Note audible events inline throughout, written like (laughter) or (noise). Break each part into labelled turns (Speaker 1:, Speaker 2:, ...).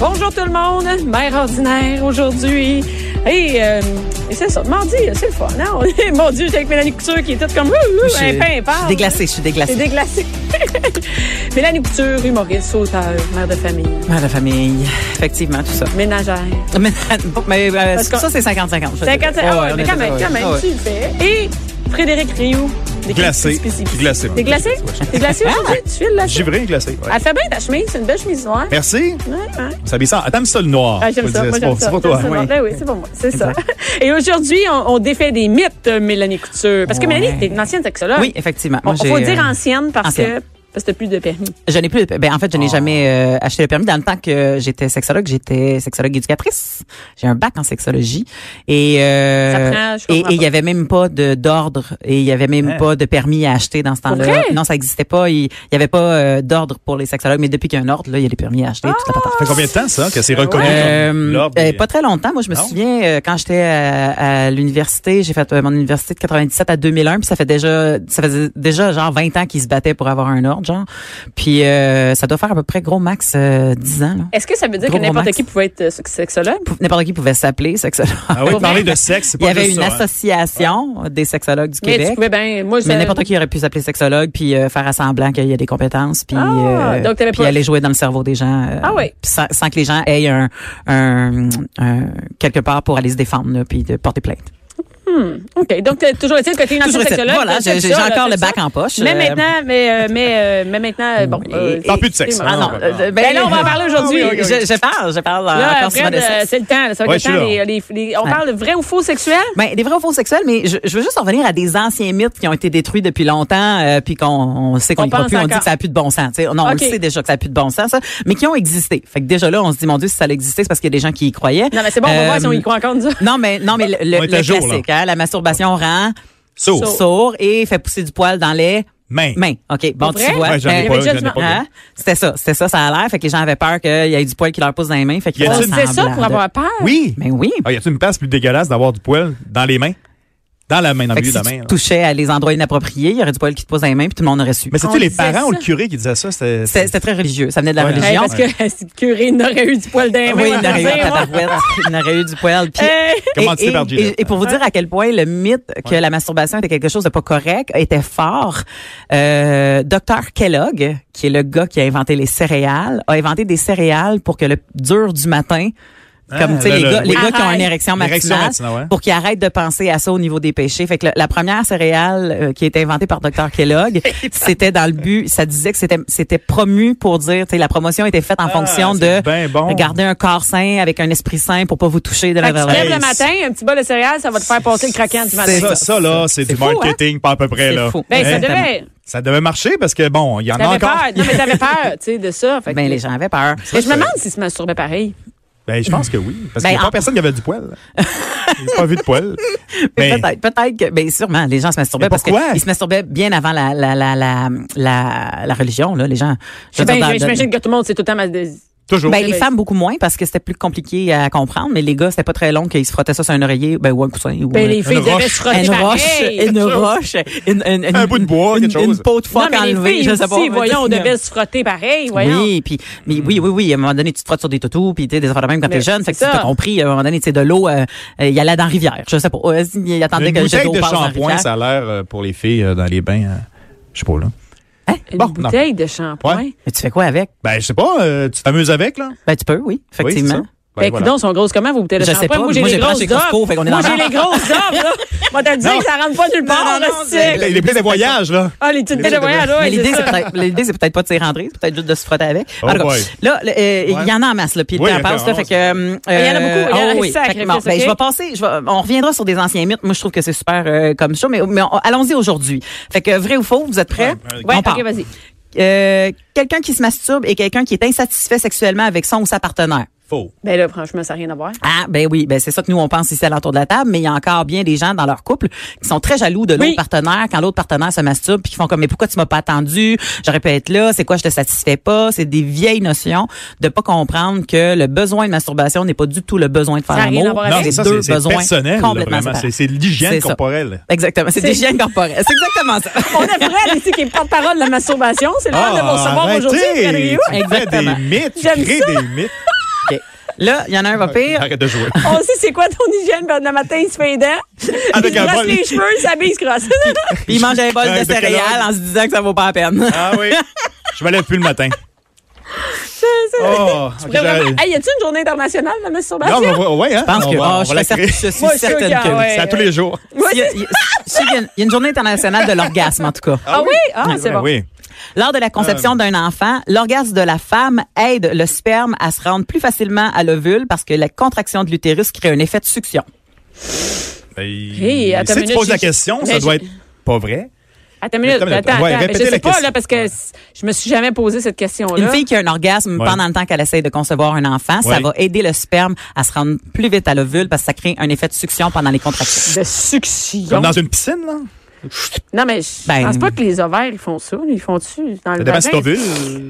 Speaker 1: Bonjour tout le monde, mère ordinaire aujourd'hui. Et, euh, et c'est ça, mardi, c'est le fun. (laughs) Non? Mon Dieu, j'étais avec Mélanie Couture qui est toute comme ouh, ouh,
Speaker 2: Je-
Speaker 1: un pain, un
Speaker 2: Je
Speaker 1: pain.
Speaker 2: suis déglacée, je suis
Speaker 1: C'est
Speaker 2: déglacée.
Speaker 1: déglacé. (laughs) Mélanie Couture, humoriste, auteur, mère de famille,
Speaker 2: Ah, la famille, effectivement, tout ça.
Speaker 1: ménagère.
Speaker 2: Mais, mais, euh,
Speaker 1: Parce que-
Speaker 2: ça, c'est 50-50. je
Speaker 1: 50 ah
Speaker 2: te dis. Ouais,
Speaker 1: ouais,
Speaker 2: on
Speaker 1: mais
Speaker 2: est
Speaker 1: quand
Speaker 2: d'accord,
Speaker 1: même,
Speaker 2: ouais.
Speaker 1: quand même,
Speaker 2: Ah ouais.
Speaker 1: tu le fais. Et Frédéric Rioux. des
Speaker 3: Glacé.
Speaker 1: critiques spécifiques.
Speaker 3: Glacé, oui.
Speaker 1: T'es glacé?
Speaker 3: Ouais.
Speaker 1: T'es glacé
Speaker 2: Ah!
Speaker 1: aujourd'hui? Tu files là?
Speaker 3: Givré et glacé. ouais.
Speaker 1: Elle fait bien ta chemise, c'est une belle chemise noire.
Speaker 3: Merci.
Speaker 1: Ouais, ouais.
Speaker 3: Ça habille ça. Attends, mais ça le noir.
Speaker 1: Ah, j'aime
Speaker 3: Faut
Speaker 1: ça.
Speaker 3: le
Speaker 1: Moi,
Speaker 3: dire,
Speaker 1: j'aime
Speaker 3: c'est
Speaker 1: ça.
Speaker 3: pour-
Speaker 1: J'aime
Speaker 3: C'est
Speaker 1: ça.
Speaker 3: pour toi.
Speaker 1: Ben oui, c'est pour moi. C'est ça. (laughs) Et aujourd'hui, on, on défait des mythes, euh, Mélanie Couture. Parce que
Speaker 2: Ouais.
Speaker 1: Mélanie, t'es une ancienne sexologue.
Speaker 2: Ah Oui, effectivement.
Speaker 1: Il
Speaker 2: Moi, j'ai,
Speaker 1: faut dire
Speaker 2: euh,
Speaker 1: ancienne parce
Speaker 2: ancienne.
Speaker 1: que parce que t'as plus de permis.
Speaker 2: Je n'ai plus. Ben, en fait, je
Speaker 1: Ah.
Speaker 2: n'ai jamais euh, acheté le permis. Dans le temps que j'étais sexologue, j'étais sexologue éducatrice. J'ai un bac en sexologie. Et euh,
Speaker 1: Ça prend, je
Speaker 2: et-
Speaker 1: comprends
Speaker 2: et il y
Speaker 1: pas.
Speaker 2: avait même pas de d'ordre et il y avait même
Speaker 3: Hein?
Speaker 2: pas de permis à acheter dans ce temps-là.
Speaker 1: vrai?
Speaker 2: Non, ça n'existait pas. Il il y avait pas euh, d'ordre pour les sexologues. Mais depuis qu'il y a un ordre, là, il y a des permis à acheter.
Speaker 1: Ah!
Speaker 2: toute la patate.
Speaker 3: Ça fait combien de temps, ça, que c'est reconnu
Speaker 2: Euh,
Speaker 3: comme l'ordre?
Speaker 2: euh,
Speaker 3: des-
Speaker 2: pas très longtemps. Moi, je me
Speaker 3: ben, Non?
Speaker 2: souviens euh, quand j'étais à, à l'université, j'ai fait euh, mon université de 97 à 2001, puis ça fait déjà, ça faisait déjà genre 20 ans qu'ils se battaient pour avoir un ordre, genre. Puis euh, ça doit faire à peu près gros max euh, 10 ans. là.
Speaker 1: Est-ce que ça veut dire
Speaker 2: Gros,
Speaker 1: que
Speaker 2: gros
Speaker 1: n'importe
Speaker 2: max.
Speaker 1: qui pouvait être euh, sexologue?
Speaker 2: Pou- N'importe qui pouvait s'appeler sexologue. (laughs)
Speaker 3: Ah oui,
Speaker 1: Pour
Speaker 3: parler
Speaker 1: vrai?
Speaker 3: de sexe, c'est
Speaker 2: Il y
Speaker 3: pas
Speaker 2: avait
Speaker 3: juste
Speaker 2: une
Speaker 3: ça, hein.
Speaker 2: association des sexologues du
Speaker 1: Mais tu
Speaker 2: Québec.
Speaker 1: pouvais bien. Moi, je-
Speaker 2: Mais n'importe qui aurait pu s'appeler sexologue puis euh, faire à semblant qu'il y a des compétences puis, euh,
Speaker 1: Ah, donc t'avais
Speaker 2: puis
Speaker 1: pas-
Speaker 2: aller jouer dans le cerveau des gens euh,
Speaker 1: Ah oui.
Speaker 2: puis sans, sans que les gens aient un, un- un- quelque part pour aller se défendre là, puis de porter plainte.
Speaker 1: OK. Donc, t'as toujours été que t'es une ancienne
Speaker 2: Toujours est-il-
Speaker 1: sexologue.
Speaker 2: voilà,
Speaker 1: t'as
Speaker 2: j'ai
Speaker 1: fait
Speaker 2: j'ai
Speaker 1: ça,
Speaker 2: encore
Speaker 1: là,
Speaker 2: le
Speaker 1: t'as
Speaker 2: bac
Speaker 1: fait ça.
Speaker 2: en poche.
Speaker 1: Mais
Speaker 2: euh,
Speaker 1: maintenant, mais, euh, mais, euh, mais maintenant, euh, bon.
Speaker 2: Et-
Speaker 1: euh,
Speaker 2: Parle
Speaker 3: plus de sexe,
Speaker 1: excusez-moi.
Speaker 2: Ah non,
Speaker 3: Ah,
Speaker 2: euh, ben,
Speaker 1: Ben là, on va en parler aujourd'hui.
Speaker 2: oui, oui, oui. (laughs) Ah, Je, je parle, je parle
Speaker 1: Là,
Speaker 2: encore sur
Speaker 1: Fred,
Speaker 2: le
Speaker 1: euh,
Speaker 2: sexe.
Speaker 1: c'est le temps. là, Ça va
Speaker 3: Ouais,
Speaker 1: être le
Speaker 3: je
Speaker 1: temps.
Speaker 3: suis
Speaker 1: les- les- les- On parle de vrai ou faux sexuel?
Speaker 2: Ben, des vrais ou faux sexuels, mais je, je veux juste en revenir à des anciens mythes qui ont été détruits depuis longtemps, euh, puis qu'on on sait qu'on
Speaker 1: On
Speaker 2: n'y croit
Speaker 1: pense
Speaker 2: plus, on dit
Speaker 1: encore.
Speaker 2: que ça n'a plus de bon sens. tu sais. Non, on le
Speaker 1: Ok.
Speaker 2: sait déjà que ça n'a plus de bon sens, ça, mais qui ont existé. Fait que déjà là, on se dit, mon Dieu, si ça existait, c'est parce qu'il y a des gens qui y croyaient.
Speaker 1: Non, mais c'est bon, on va voir si
Speaker 2: Euh,
Speaker 1: on y croit encore, nous autres.
Speaker 2: Non, mais, non, mais le, le-
Speaker 3: On est à
Speaker 2: le
Speaker 3: jour,
Speaker 2: classique, hein, la masturbation rend
Speaker 3: Sourd.
Speaker 1: Sourd.
Speaker 2: sourd et fait pousser du poil dans les
Speaker 3: Main.
Speaker 2: mains. OK, bon,
Speaker 1: Pour vrai? Euh,
Speaker 2: tu vois.
Speaker 3: Ouais, j'en ai
Speaker 2: ben,
Speaker 3: pas,
Speaker 1: il y avait
Speaker 3: j'en ai
Speaker 1: déjà
Speaker 3: pas.
Speaker 1: du-
Speaker 2: hein, c'était ça, c'était ça, ça a l'air. Fait que les gens avaient peur qu'il y ait du poil qui leur pousse dans les mains. Fait qu'ils
Speaker 3: Y a-t-il
Speaker 1: On
Speaker 3: Pas
Speaker 2: faisaient
Speaker 1: disait ça
Speaker 2: semblant
Speaker 1: pour
Speaker 2: de-
Speaker 1: avoir peur.
Speaker 3: Oui.
Speaker 2: Ben oui.
Speaker 3: Ah, y a-t-il une place plus dégueulasse d'avoir du poil dans les mains? Dans la main, dans le
Speaker 2: Fait que
Speaker 3: milieu de
Speaker 2: si
Speaker 3: la main.
Speaker 2: tu
Speaker 3: là.
Speaker 2: touchais à les endroits inappropriés, il y aurait du poil qui te pose dans les mains, puis tout le monde aurait su.
Speaker 3: Mais
Speaker 1: On
Speaker 3: c'était les
Speaker 1: disait
Speaker 3: parents ou
Speaker 1: ça.
Speaker 3: le curé qui disait ça? C'était.
Speaker 2: C'était c'était très religieux. Ça venait de la
Speaker 3: Ouais.
Speaker 1: Hey,
Speaker 2: religion.
Speaker 1: parce que (laughs) si le curé n'aurait eu du poil d'un
Speaker 2: Ah Oui, il n'aurait eu la tabarouette, il n'aurait eu du poil. Puis,
Speaker 3: Commandité
Speaker 2: et, et-
Speaker 3: par Gillette.
Speaker 2: et- et pour vous dire à quel point le mythe que la masturbation était quelque chose de pas correct était fort, euh, Dr Kellogg, qui est le gars qui a inventé les céréales, a inventé des céréales pour que le dur du matin comme tu sais
Speaker 3: Hein?
Speaker 2: les
Speaker 3: le- le-
Speaker 2: gars les
Speaker 3: oui.
Speaker 2: gars qui ont
Speaker 1: Arrête.
Speaker 2: une érection
Speaker 3: L'érection
Speaker 2: matinale
Speaker 3: matinale, ouais.
Speaker 2: pour qu'ils arrêtent de penser à ça au niveau des péchés fait que le- la première céréale euh, qui a été inventée par Dr Kellogg c'était dans le but ça disait que c'était c'était promu pour dire tu sais la promotion était faite en fonction
Speaker 3: Ah, c'est
Speaker 2: de
Speaker 3: ben bon.
Speaker 2: garder un corps sain avec un esprit sain pour pas vous toucher de la
Speaker 1: Fait que tu te lèves
Speaker 3: Hey,
Speaker 1: le matin, un petit bol de céréales, ça va te faire passer le craquant du matin.
Speaker 2: C'est
Speaker 3: Ça, ça, là, c'est
Speaker 2: C'est
Speaker 3: du
Speaker 2: fou, hein?
Speaker 3: marketing, pas à peu près,
Speaker 2: C'est
Speaker 3: là.
Speaker 2: fou.
Speaker 1: Ben, ça
Speaker 3: Hein?
Speaker 1: devait.
Speaker 3: Ça devait marcher parce que, bon, il y en a
Speaker 1: T'avais
Speaker 3: encore.
Speaker 1: peur. Non, mais t'avais peur, tu sais, de ça. Fait que-
Speaker 2: ben les gens
Speaker 1: (laughs)
Speaker 2: avaient peur
Speaker 1: Mais je me demande s'ils se masturbaient pareil.
Speaker 3: Ben, je pense que oui. Parce
Speaker 2: Ben,
Speaker 3: qu'il n'y a
Speaker 2: en-
Speaker 3: pas personne qui avait du poil. J'ai pas vu de
Speaker 2: (laughs)
Speaker 3: poil. Mais,
Speaker 2: peut-être peut-être que ben sûrement les gens se masturbaient
Speaker 3: Mais
Speaker 2: parce que
Speaker 3: pourquoi?
Speaker 2: ils se masturbaient bien avant la la la la la, la religion là les gens je veux
Speaker 1: Ben,
Speaker 2: dire, dans-
Speaker 1: J'imagine que tout le monde, c'est tout le temps. mas- des-
Speaker 3: toujours.
Speaker 2: Ben, les
Speaker 1: Ben,
Speaker 2: femmes beaucoup moins parce que c'était plus compliqué à comprendre, mais les gars, c'était pas très long qu'ils se frottaient ça sur un oreiller, ben, ou un coussin, ou
Speaker 1: Ben,
Speaker 2: un-
Speaker 1: les filles devaient
Speaker 3: roche.
Speaker 1: se frotter
Speaker 2: une roche,
Speaker 1: pareil.
Speaker 2: une roche, une, une- une-
Speaker 3: Un bout de bois,
Speaker 2: une,
Speaker 3: quelque chose.
Speaker 2: une peau de
Speaker 1: Non,
Speaker 2: phoque
Speaker 1: mais les
Speaker 2: enlevée,
Speaker 1: filles
Speaker 2: je sais pas.
Speaker 1: aussi, voyons, on
Speaker 2: (laughs) Mais-
Speaker 1: devait se frotter pareil, voyons.
Speaker 2: Oui, puis mais oui, oui, oui. À un moment donné, tu te frottes sur des toutous, puis tu sais, des affaires de même quand
Speaker 1: Mais
Speaker 2: t'es jeune. Fait que
Speaker 1: c'est
Speaker 2: tu
Speaker 1: ça.
Speaker 2: t'as compris. À un moment donné, tu sais, de l'eau, euh, euh, il allait dans la rivière. Je sais pas. Euh, il attendait
Speaker 3: Une
Speaker 2: que le jet
Speaker 3: bouteille
Speaker 2: d'eau
Speaker 3: de
Speaker 2: passe dans la
Speaker 3: shampoing,
Speaker 2: rivière.
Speaker 3: ça a l'air euh, pour les filles euh, dans les bains. euh, je sais pas, là.
Speaker 1: Une
Speaker 3: Bon, non.
Speaker 1: bouteille de shampoing.
Speaker 3: Ouais.
Speaker 2: Mais tu fais quoi avec
Speaker 3: Ben, je sais pas, euh, tu t'amuses avec, là?
Speaker 2: Ben tu peux, oui,
Speaker 3: Oui, c'est ça.
Speaker 2: effectivement.
Speaker 3: Ben,
Speaker 1: Ben,
Speaker 3: voilà.
Speaker 1: coudonc, sont grosses comment, vos bouteilles de
Speaker 2: Je sais
Speaker 1: shampoing?
Speaker 2: pas.
Speaker 1: Moi, j'ai
Speaker 2: Moi,
Speaker 1: les
Speaker 2: j'ai pas
Speaker 1: grosses
Speaker 2: chez
Speaker 1: d'or.
Speaker 2: Costco, fait qu'on est
Speaker 1: Moi,
Speaker 2: dans
Speaker 1: j'ai
Speaker 2: la
Speaker 1: les grosses d'or,
Speaker 2: (laughs)
Speaker 1: là. Moi, t'as dit
Speaker 3: Non.
Speaker 1: que ça rentre pas nulle part,
Speaker 2: Non, non,
Speaker 1: là,
Speaker 2: non,
Speaker 1: c'est-
Speaker 3: Il est plein de voyages, là.
Speaker 1: Ah, les petites
Speaker 3: Les
Speaker 1: bouteilles de
Speaker 3: bouteilles de-
Speaker 1: voyage, ouais,
Speaker 2: Mais l'idée,
Speaker 1: c'est
Speaker 2: c'est
Speaker 1: ça.
Speaker 2: peut-être, l'idée, c'est peut-être pas de s'y rentrer, c'est peut-être juste de se frotter avec.
Speaker 3: Oh
Speaker 2: En tout cas,
Speaker 3: boy.
Speaker 2: là, le- euh, il y en a en masse, là, puis le
Speaker 3: Oui,
Speaker 2: temps
Speaker 3: il y en a
Speaker 2: passe, là,
Speaker 3: vraiment,
Speaker 2: fait que, euh,
Speaker 1: Il y en a beaucoup, il y en a
Speaker 2: oh oui,
Speaker 1: sacré,
Speaker 2: fait que, bon,
Speaker 1: Chris,
Speaker 2: ben,
Speaker 1: ok.
Speaker 2: je vais passer, je vais- on reviendra sur des anciens mythes. Moi, je trouve que c'est super, euh, comme ça, mais, mais on- allons-y aujourd'hui. Fait que, vrai ou faux, vous êtes prêts?
Speaker 3: Ouais,
Speaker 1: Ouais,
Speaker 2: on part.
Speaker 1: ok, vas-y.
Speaker 2: Euh, quelqu'un qui se masturbe et quelqu'un qui est insatisfait sexuellement avec son ou sa partenaire.
Speaker 3: faux.
Speaker 1: Ben là, franchement, ça n'a rien à voir.
Speaker 2: Ah, ben oui, ben c'est ça que nous, on pense ici à l'entour de la table, mais il y a encore bien des gens dans leur couple qui sont très jaloux de l'autre
Speaker 1: Oui.
Speaker 2: partenaire quand l'autre partenaire se masturbe, puis qui font comme, mais pourquoi tu m'as pas attendu? J'aurais pu être là, c'est quoi, je te satisfais pas? C'est des vieilles notions de pas comprendre que le besoin de masturbation n'est pas du tout le besoin de faire
Speaker 1: Ça a rien à
Speaker 2: l'amour.
Speaker 1: voir
Speaker 2: C'est
Speaker 1: avec.
Speaker 2: deux
Speaker 3: ça, c'est- c'est
Speaker 2: besoins
Speaker 3: personnel, là,
Speaker 2: complètement
Speaker 3: vraiment.
Speaker 2: séparés.
Speaker 3: C'est c'est de l'hygiène
Speaker 2: C'est ça.
Speaker 3: corporelle.
Speaker 2: Exactement, c'est des hygiènes corporelles. C'est exactement ça.
Speaker 1: (laughs) On a Fred ici qui est porte-parole de la masturbation. C'est le moment de mon
Speaker 3: Ah,
Speaker 1: savoir
Speaker 3: arrêtez!
Speaker 1: aujourd'hui, Fred Rioux.
Speaker 3: Tu crées
Speaker 2: Exactement.
Speaker 3: des mythes, tu
Speaker 1: J'aime
Speaker 3: crées des mythes.
Speaker 2: OK. Là, il y en a un va pire.
Speaker 3: Arrête
Speaker 2: (laughs)
Speaker 3: de jouer.
Speaker 1: On sait c'est quoi ton hygiène ben, le matin, il se fait les dents.
Speaker 3: Avec
Speaker 1: il se
Speaker 3: un
Speaker 1: brosse
Speaker 3: bol.
Speaker 1: les cheveux, il s'habille, il se
Speaker 3: (laughs)
Speaker 1: crosse.
Speaker 2: Puis il mange un bol
Speaker 3: Euh,
Speaker 2: de
Speaker 3: de
Speaker 2: céréales
Speaker 3: calories.
Speaker 2: en se disant que ça vaut pas la peine.
Speaker 3: Ah oui. Je me lève plus le matin. Oh, ok,
Speaker 1: Vraiment.
Speaker 3: j'arrive.
Speaker 1: Hey, y a-t-il une journée internationale de la masturbation?
Speaker 3: Non, mais ouais, ouais, hein.
Speaker 2: Je pense
Speaker 3: on
Speaker 2: que
Speaker 3: va-
Speaker 2: oh,
Speaker 3: on
Speaker 2: je,
Speaker 3: va la
Speaker 2: suis
Speaker 3: créer.
Speaker 2: cer- je suis
Speaker 1: Moi, je suis
Speaker 2: certaine
Speaker 1: sûr
Speaker 2: que
Speaker 1: que- ouais.
Speaker 3: (laughs) C'est à tous les jours.
Speaker 2: Il y, a, il y a- je sais qu'il y a une- il y a une journée internationale de l'orgasme, en tout cas.
Speaker 1: Ah oui? Ah, c'est
Speaker 3: Ah Euh.
Speaker 1: bon.
Speaker 3: Oui.
Speaker 2: Lors de la conception d'un enfant, l'orgasme de la femme aide le sperme à se rendre plus facilement à l'ovule parce que la contraction de l'utérus crée un effet de succion.
Speaker 3: Ben,
Speaker 1: Hey, attends
Speaker 3: si
Speaker 1: une
Speaker 3: tu
Speaker 1: minute,
Speaker 3: poses la
Speaker 1: j'ai-
Speaker 3: question,
Speaker 1: mais
Speaker 3: ça doit
Speaker 1: j'ai-
Speaker 3: être pas vrai.
Speaker 1: Attends une minute.
Speaker 3: Attends une minute.
Speaker 1: Attends,
Speaker 3: Ouais,
Speaker 1: attends. Mais
Speaker 3: répétez
Speaker 1: Je sais
Speaker 3: la
Speaker 1: pas,
Speaker 3: question.
Speaker 1: là, parce que c- je me suis jamais posé cette question-là.
Speaker 2: Une fille qui a un orgasme
Speaker 3: Ouais.
Speaker 2: pendant le temps qu'elle essaie de concevoir un enfant, ça
Speaker 3: Ouais.
Speaker 2: va aider le sperme à se rendre plus vite à l'ovule parce que ça crée un effet de succion pendant les contractions.
Speaker 1: de succion.
Speaker 3: Comme dans une piscine, là.
Speaker 1: Non, mais je
Speaker 2: Ben-
Speaker 1: pense pas que les ovaires, ils font ça. Ils font-tu dans le
Speaker 3: Ça dépend si
Speaker 1: vagin?
Speaker 3: t'ovules.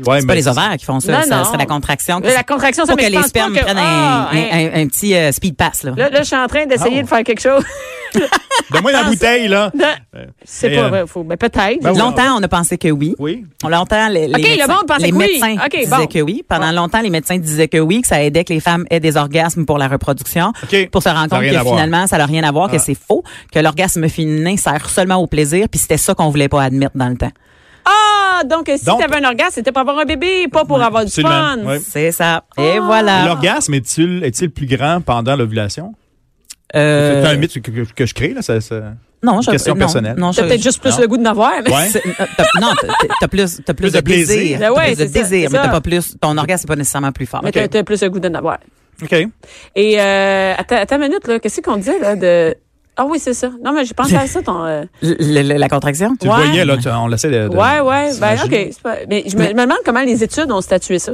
Speaker 3: Ouais,
Speaker 2: C'est
Speaker 3: mais-
Speaker 2: pas les ovaires qui font ça,
Speaker 1: Non,
Speaker 2: ça
Speaker 1: non.
Speaker 2: c'est la contraction.
Speaker 1: Mais la contraction, ça,
Speaker 2: Pour
Speaker 1: mais
Speaker 2: que
Speaker 1: je
Speaker 2: les
Speaker 1: pense pas
Speaker 2: spermes
Speaker 1: que-
Speaker 2: prennent
Speaker 1: Ah,
Speaker 2: un, un- un- un petit euh, speed pass. Là.
Speaker 1: Là, là, je suis en train d'essayer
Speaker 3: Oh.
Speaker 1: de faire quelque
Speaker 3: (laughs)
Speaker 1: chose.
Speaker 3: Donne-moi
Speaker 1: Ah,
Speaker 3: la bouteille, là.
Speaker 1: Non, C'est
Speaker 3: mais,
Speaker 1: pas
Speaker 3: euh,
Speaker 1: vrai. Faut... Ben, peut-être.
Speaker 3: Ben oui.
Speaker 2: Longtemps, on a pensé que oui.
Speaker 3: Oui.
Speaker 2: On l'entend, les, les
Speaker 1: OK, le
Speaker 2: médecins,
Speaker 1: monde pensait
Speaker 2: les
Speaker 1: que oui.
Speaker 2: médecins
Speaker 1: OK,
Speaker 2: disaient
Speaker 1: bon.
Speaker 2: que oui. Pendant longtemps, les médecins disaient que oui, que ça aidait que les femmes aient des orgasmes pour la reproduction.
Speaker 3: OK.
Speaker 2: Pour se rendre
Speaker 3: Ça a
Speaker 2: compte que
Speaker 3: rien à voir. Ah.
Speaker 2: finalement, ça n'a rien à voir, que c'est faux, que l'orgasme féminin sert seulement au plaisir, puis c'était ça qu'on voulait pas admettre dans le temps.
Speaker 1: Ah, donc si
Speaker 3: Donc-
Speaker 1: t'avais un orgasme, c'était pour avoir un bébé, pas pour avoir du fun.
Speaker 3: Absolument. Ouais.
Speaker 2: C'est ça. Et
Speaker 1: Ah.
Speaker 2: voilà.
Speaker 3: L'orgasme est-il est-il plus grand pendant l'ovulation?
Speaker 2: Euh,
Speaker 3: C'est un mythe que, que- que je crée, là. Ça, ça-
Speaker 2: non, je,
Speaker 3: question
Speaker 2: non,
Speaker 3: personnelle.
Speaker 2: Non,
Speaker 1: T'as
Speaker 2: je-
Speaker 1: peut-être juste plus
Speaker 3: Non.
Speaker 1: le goût de n'avoir. mais- (laughs)
Speaker 3: Ouais.
Speaker 2: c'est- euh, t'as- non, t'as- t'as plus, t'as plus
Speaker 3: Plus
Speaker 2: de
Speaker 3: de plaisir.
Speaker 2: plaisir,
Speaker 1: Ben ouais,
Speaker 2: T'as plus de
Speaker 1: c'est ça,
Speaker 2: désir,
Speaker 1: c'est
Speaker 2: mais t'as
Speaker 1: ça.
Speaker 2: pas plus. Ton orgasme n'est pas nécessairement plus fort.
Speaker 1: Mais t'as- t'as plus le goût de n'avoir.
Speaker 3: OK.
Speaker 1: Et euh, attends, attends une minute, là. Qu'est-ce qu'on disait, là, de. Ah oui, c'est ça. Non, mais j'ai pensé à ça, ton. euh,
Speaker 2: Le- le- la contraction.
Speaker 3: Tu
Speaker 1: Ouais.
Speaker 3: le voyais, là. tu- on l'essaie de. de-
Speaker 1: Ouais, ouais. Ben, OK.
Speaker 3: s'imaginer.
Speaker 1: c'est pas- Mais je me, je me demande comment les études ont statué ça.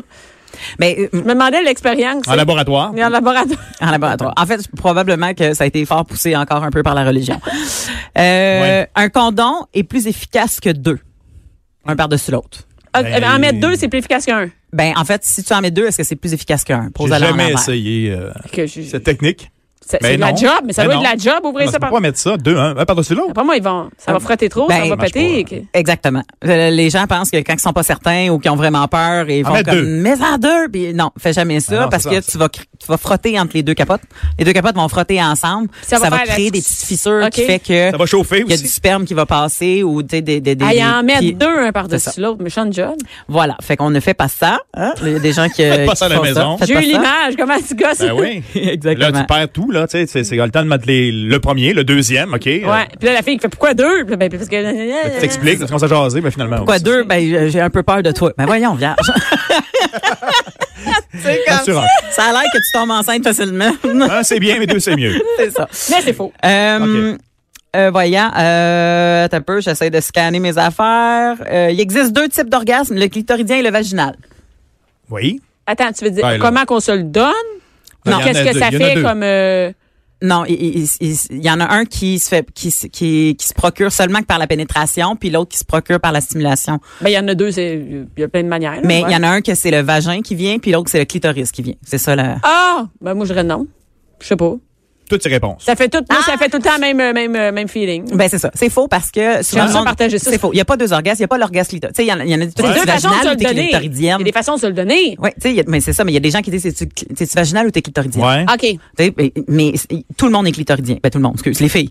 Speaker 2: Mais euh,
Speaker 1: Je me demandais l'expérience.
Speaker 3: En laboratoire.
Speaker 1: Mais en laboratoire.
Speaker 2: En laboratoire. En fait, probablement que ça a été fort poussé encore un peu par la religion. Euh,
Speaker 3: Ouais.
Speaker 2: Un condom est plus efficace que deux, un par-dessus l'autre.
Speaker 1: Ah,
Speaker 3: Ben,
Speaker 1: En mettre deux, c'est plus efficace qu'un.
Speaker 2: Ben, en fait, si tu en mets deux, est-ce que c'est plus efficace qu'un?
Speaker 3: J'ai
Speaker 2: Pose-la en
Speaker 3: jamais
Speaker 2: envers.
Speaker 3: essayé euh,
Speaker 1: Que je-
Speaker 3: cette technique.
Speaker 1: C'est
Speaker 3: Ben
Speaker 1: c'est de la
Speaker 3: non.
Speaker 1: job, mais ça
Speaker 3: Ben
Speaker 1: doit être de la
Speaker 3: non.
Speaker 1: job, ouvrir ça
Speaker 3: Comment ça,
Speaker 1: par.
Speaker 3: pourquoi mettre ça deux, un, un par-dessus l'autre?
Speaker 1: Après moi, ils vont. Ça
Speaker 3: Ah,
Speaker 1: va frotter trop,
Speaker 2: Ben,
Speaker 1: ça va
Speaker 3: marche
Speaker 1: péter.
Speaker 3: pas,
Speaker 1: que-
Speaker 2: Exactement. Euh, Les gens pensent que quand ils sont pas certains ou qu'ils ont vraiment peur, ils
Speaker 3: En
Speaker 2: vont
Speaker 3: mets
Speaker 2: comme
Speaker 3: deux.
Speaker 2: mais en deux. Puis non, fais jamais ça
Speaker 3: Ah non,
Speaker 2: parce
Speaker 3: c'est
Speaker 2: que
Speaker 3: ça, ça.
Speaker 2: tu vas cr- tu vas frotter entre les deux capotes. Les deux capotes vont frotter ensemble.
Speaker 1: Ça
Speaker 2: Ça,
Speaker 1: va
Speaker 2: va,
Speaker 1: faire la-
Speaker 2: créer des petites fissures qui
Speaker 1: Ok.
Speaker 2: fait que
Speaker 3: Ça va chauffer
Speaker 2: il y a
Speaker 3: aussi.
Speaker 2: du sperme qui va passer ou tu sais, des des des.
Speaker 1: Ah, ils en
Speaker 2: puis-
Speaker 1: mettent deux, un
Speaker 2: C'est
Speaker 1: par-dessus l'autre. Méchant job.
Speaker 2: Voilà, fait qu'on ne fait pas ça. hein. Il y a des gens qui faites
Speaker 3: pas ça à la maison.
Speaker 1: J'ai eu
Speaker 2: (laughs)
Speaker 1: l'image. Comment tu gosses?
Speaker 3: Ben oui.
Speaker 2: Exactement.
Speaker 3: Là, tu perds tout, là. Tu sais, c'est c'est le temps de mettre les- le premier, le deuxième, OK?
Speaker 1: (laughs)
Speaker 3: euh,
Speaker 1: Ouais. Puis là, la fille qui fait pourquoi deux? Puis là, ben, parce
Speaker 3: Tu
Speaker 1: que.
Speaker 3: t'expliques, parce qu'on s'est jasé, mais finalement.
Speaker 2: Quoi deux Ben euh, j'ai un peu peur de toi. Ben
Speaker 1: (laughs)
Speaker 2: voyons, viens. c'est comme
Speaker 3: Rassurant.
Speaker 2: ça a l'air que tu tombes enceinte facilement. (laughs)
Speaker 3: Un, c'est bien, mais deux, c'est mieux.
Speaker 2: c'est ça.
Speaker 1: Mais c'est faux.
Speaker 2: Euh, euh, voyons, euh, attends un peu, j'essaie de scanner mes affaires. Euh, il existe deux types d'orgasmes, le clitoridien et le vaginal.
Speaker 3: Oui.
Speaker 1: Attends, tu veux dire
Speaker 3: Ben, là.
Speaker 1: comment qu'on se le donne?
Speaker 3: Non. Il y en
Speaker 1: Qu'est-ce
Speaker 3: a
Speaker 1: que
Speaker 3: deux,
Speaker 1: ça
Speaker 3: il y en a
Speaker 1: fait
Speaker 3: deux.
Speaker 1: comme. euh,
Speaker 2: Non, il, il- il- il y en a un qui se fait, qui, se- qui, qui se procure seulement que par la pénétration, puis l'autre qui se procure par la stimulation.
Speaker 1: Ben, il y en a deux, c'est- il y a plein de manières. là,
Speaker 2: Mais il
Speaker 1: ouais.
Speaker 2: y en a un que c'est le vagin qui vient, puis l'autre c'est le clitoris qui vient. C'est ça là.
Speaker 1: Ah! Ben, moi, je dirais non. Je sais pas.
Speaker 3: Toutes ces réponses.
Speaker 1: Ça fait tout, moi,
Speaker 2: Ah!
Speaker 1: ça fait tout le temps même, euh, même, euh, même feeling.
Speaker 2: Ben c'est ça, c'est faux parce que souvent
Speaker 1: J'aime
Speaker 2: le
Speaker 1: ça
Speaker 2: monde-
Speaker 1: partager ça.
Speaker 2: C'est faux, il y a pas deux orgasmes, il y a pas l'orgasme clitoris. Tu sais, il y en a, il y en
Speaker 1: Il y
Speaker 2: a
Speaker 1: a deux
Speaker 2: des
Speaker 1: façons de se
Speaker 2: vaginales
Speaker 1: le
Speaker 2: ou des
Speaker 1: donner. Il y a
Speaker 2: clitoridiennes.
Speaker 1: des façons de se le donner.
Speaker 2: Ouais, tu sais, il y a- mais c'est ça, mais il y a des gens qui disent c'est tu t'es-tu vaginal ou t'es clitoridien.
Speaker 3: Ouais.
Speaker 1: OK.
Speaker 2: Tu sais, Mais, mais c'est- tout le monde est clitoridien. Ben, tout le monde, excuse, les filles.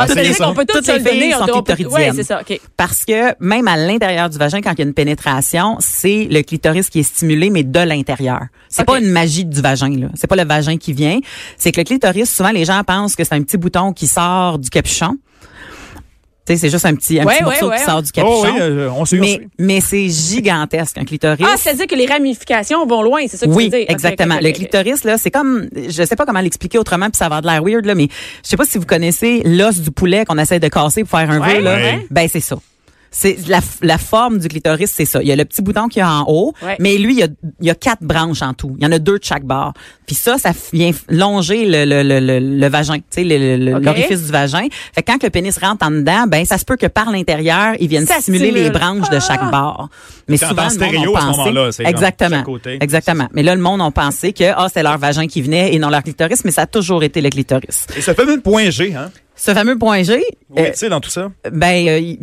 Speaker 1: Ah,
Speaker 3: c'est
Speaker 1: on peut toutes
Speaker 2: Toutes
Speaker 1: se
Speaker 2: les
Speaker 1: le donner.
Speaker 2: filles
Speaker 1: on
Speaker 2: sont
Speaker 1: peut- on peut- Ouais,
Speaker 2: clitoridiennes.
Speaker 1: c'est ça. OK.
Speaker 2: Parce que même à l'intérieur du vagin, quand il y a une pénétration, c'est le clitoris qui est stimulé, mais de l'intérieur. C'est
Speaker 1: Ok.
Speaker 2: pas une magie du vagin, là. C'est pas le vagin qui vient. C'est que le clitoris, souvent, les gens pensent que c'est un petit bouton qui sort du capuchon. Tu sais, c'est juste un petit, un
Speaker 1: Ouais,
Speaker 2: petit
Speaker 1: ouais,
Speaker 2: morceau
Speaker 1: ouais.
Speaker 2: qui sort du capuchon.
Speaker 3: Oh, oui, euh, on s'est
Speaker 2: Mais, mais c'est gigantesque, un clitoris.
Speaker 1: Ah, c'est-à-dire que les ramifications vont loin, c'est ça que
Speaker 2: Oui,
Speaker 1: tu veux dire? Ok,
Speaker 2: exactement.
Speaker 1: ok, ok,
Speaker 2: Le
Speaker 1: ok.
Speaker 2: clitoris, là, c'est comme, je sais pas comment l'expliquer autrement, puis ça va avoir de l'air weird, là, mais je sais pas si vous connaissez l'os du poulet qu'on essaie de casser pour faire un
Speaker 1: Ouais,
Speaker 2: vœu, là.
Speaker 3: ouais.
Speaker 2: Ben, c'est ça. C'est la, la forme du clitoris, c'est ça. Il y a le petit bouton qu'il y a en haut,
Speaker 1: Ouais.
Speaker 2: mais lui, il y, a, il y a quatre branches en tout. Il y en a deux de chaque bord. Puis ça, ça vient longer le, le, le, le, le vagin, tu sais, le- le-
Speaker 1: Ok.
Speaker 2: l'orifice du vagin. Fait que quand le pénis rentre en dedans, ben ça se peut que par l'intérieur, il vienne
Speaker 1: Ça
Speaker 2: stimuler les
Speaker 1: stimule. Ah!
Speaker 2: branches de chaque bord. Mais
Speaker 3: T'entends
Speaker 2: souvent, le
Speaker 3: stéréo
Speaker 2: monde
Speaker 3: à ce
Speaker 2: a pensé-
Speaker 3: moment-là, c'est comme
Speaker 2: exactement,
Speaker 3: chaque côté.
Speaker 2: exactement. Mais là, le monde a pensé que ah, c'est leur vagin qui venait et non leur clitoris, mais ça a toujours été le clitoris.
Speaker 3: Et ce fameux point G, hein?
Speaker 2: Ce fameux point G,
Speaker 3: Où
Speaker 2: euh,
Speaker 3: est-il dans tout ça?
Speaker 2: ben euh, il-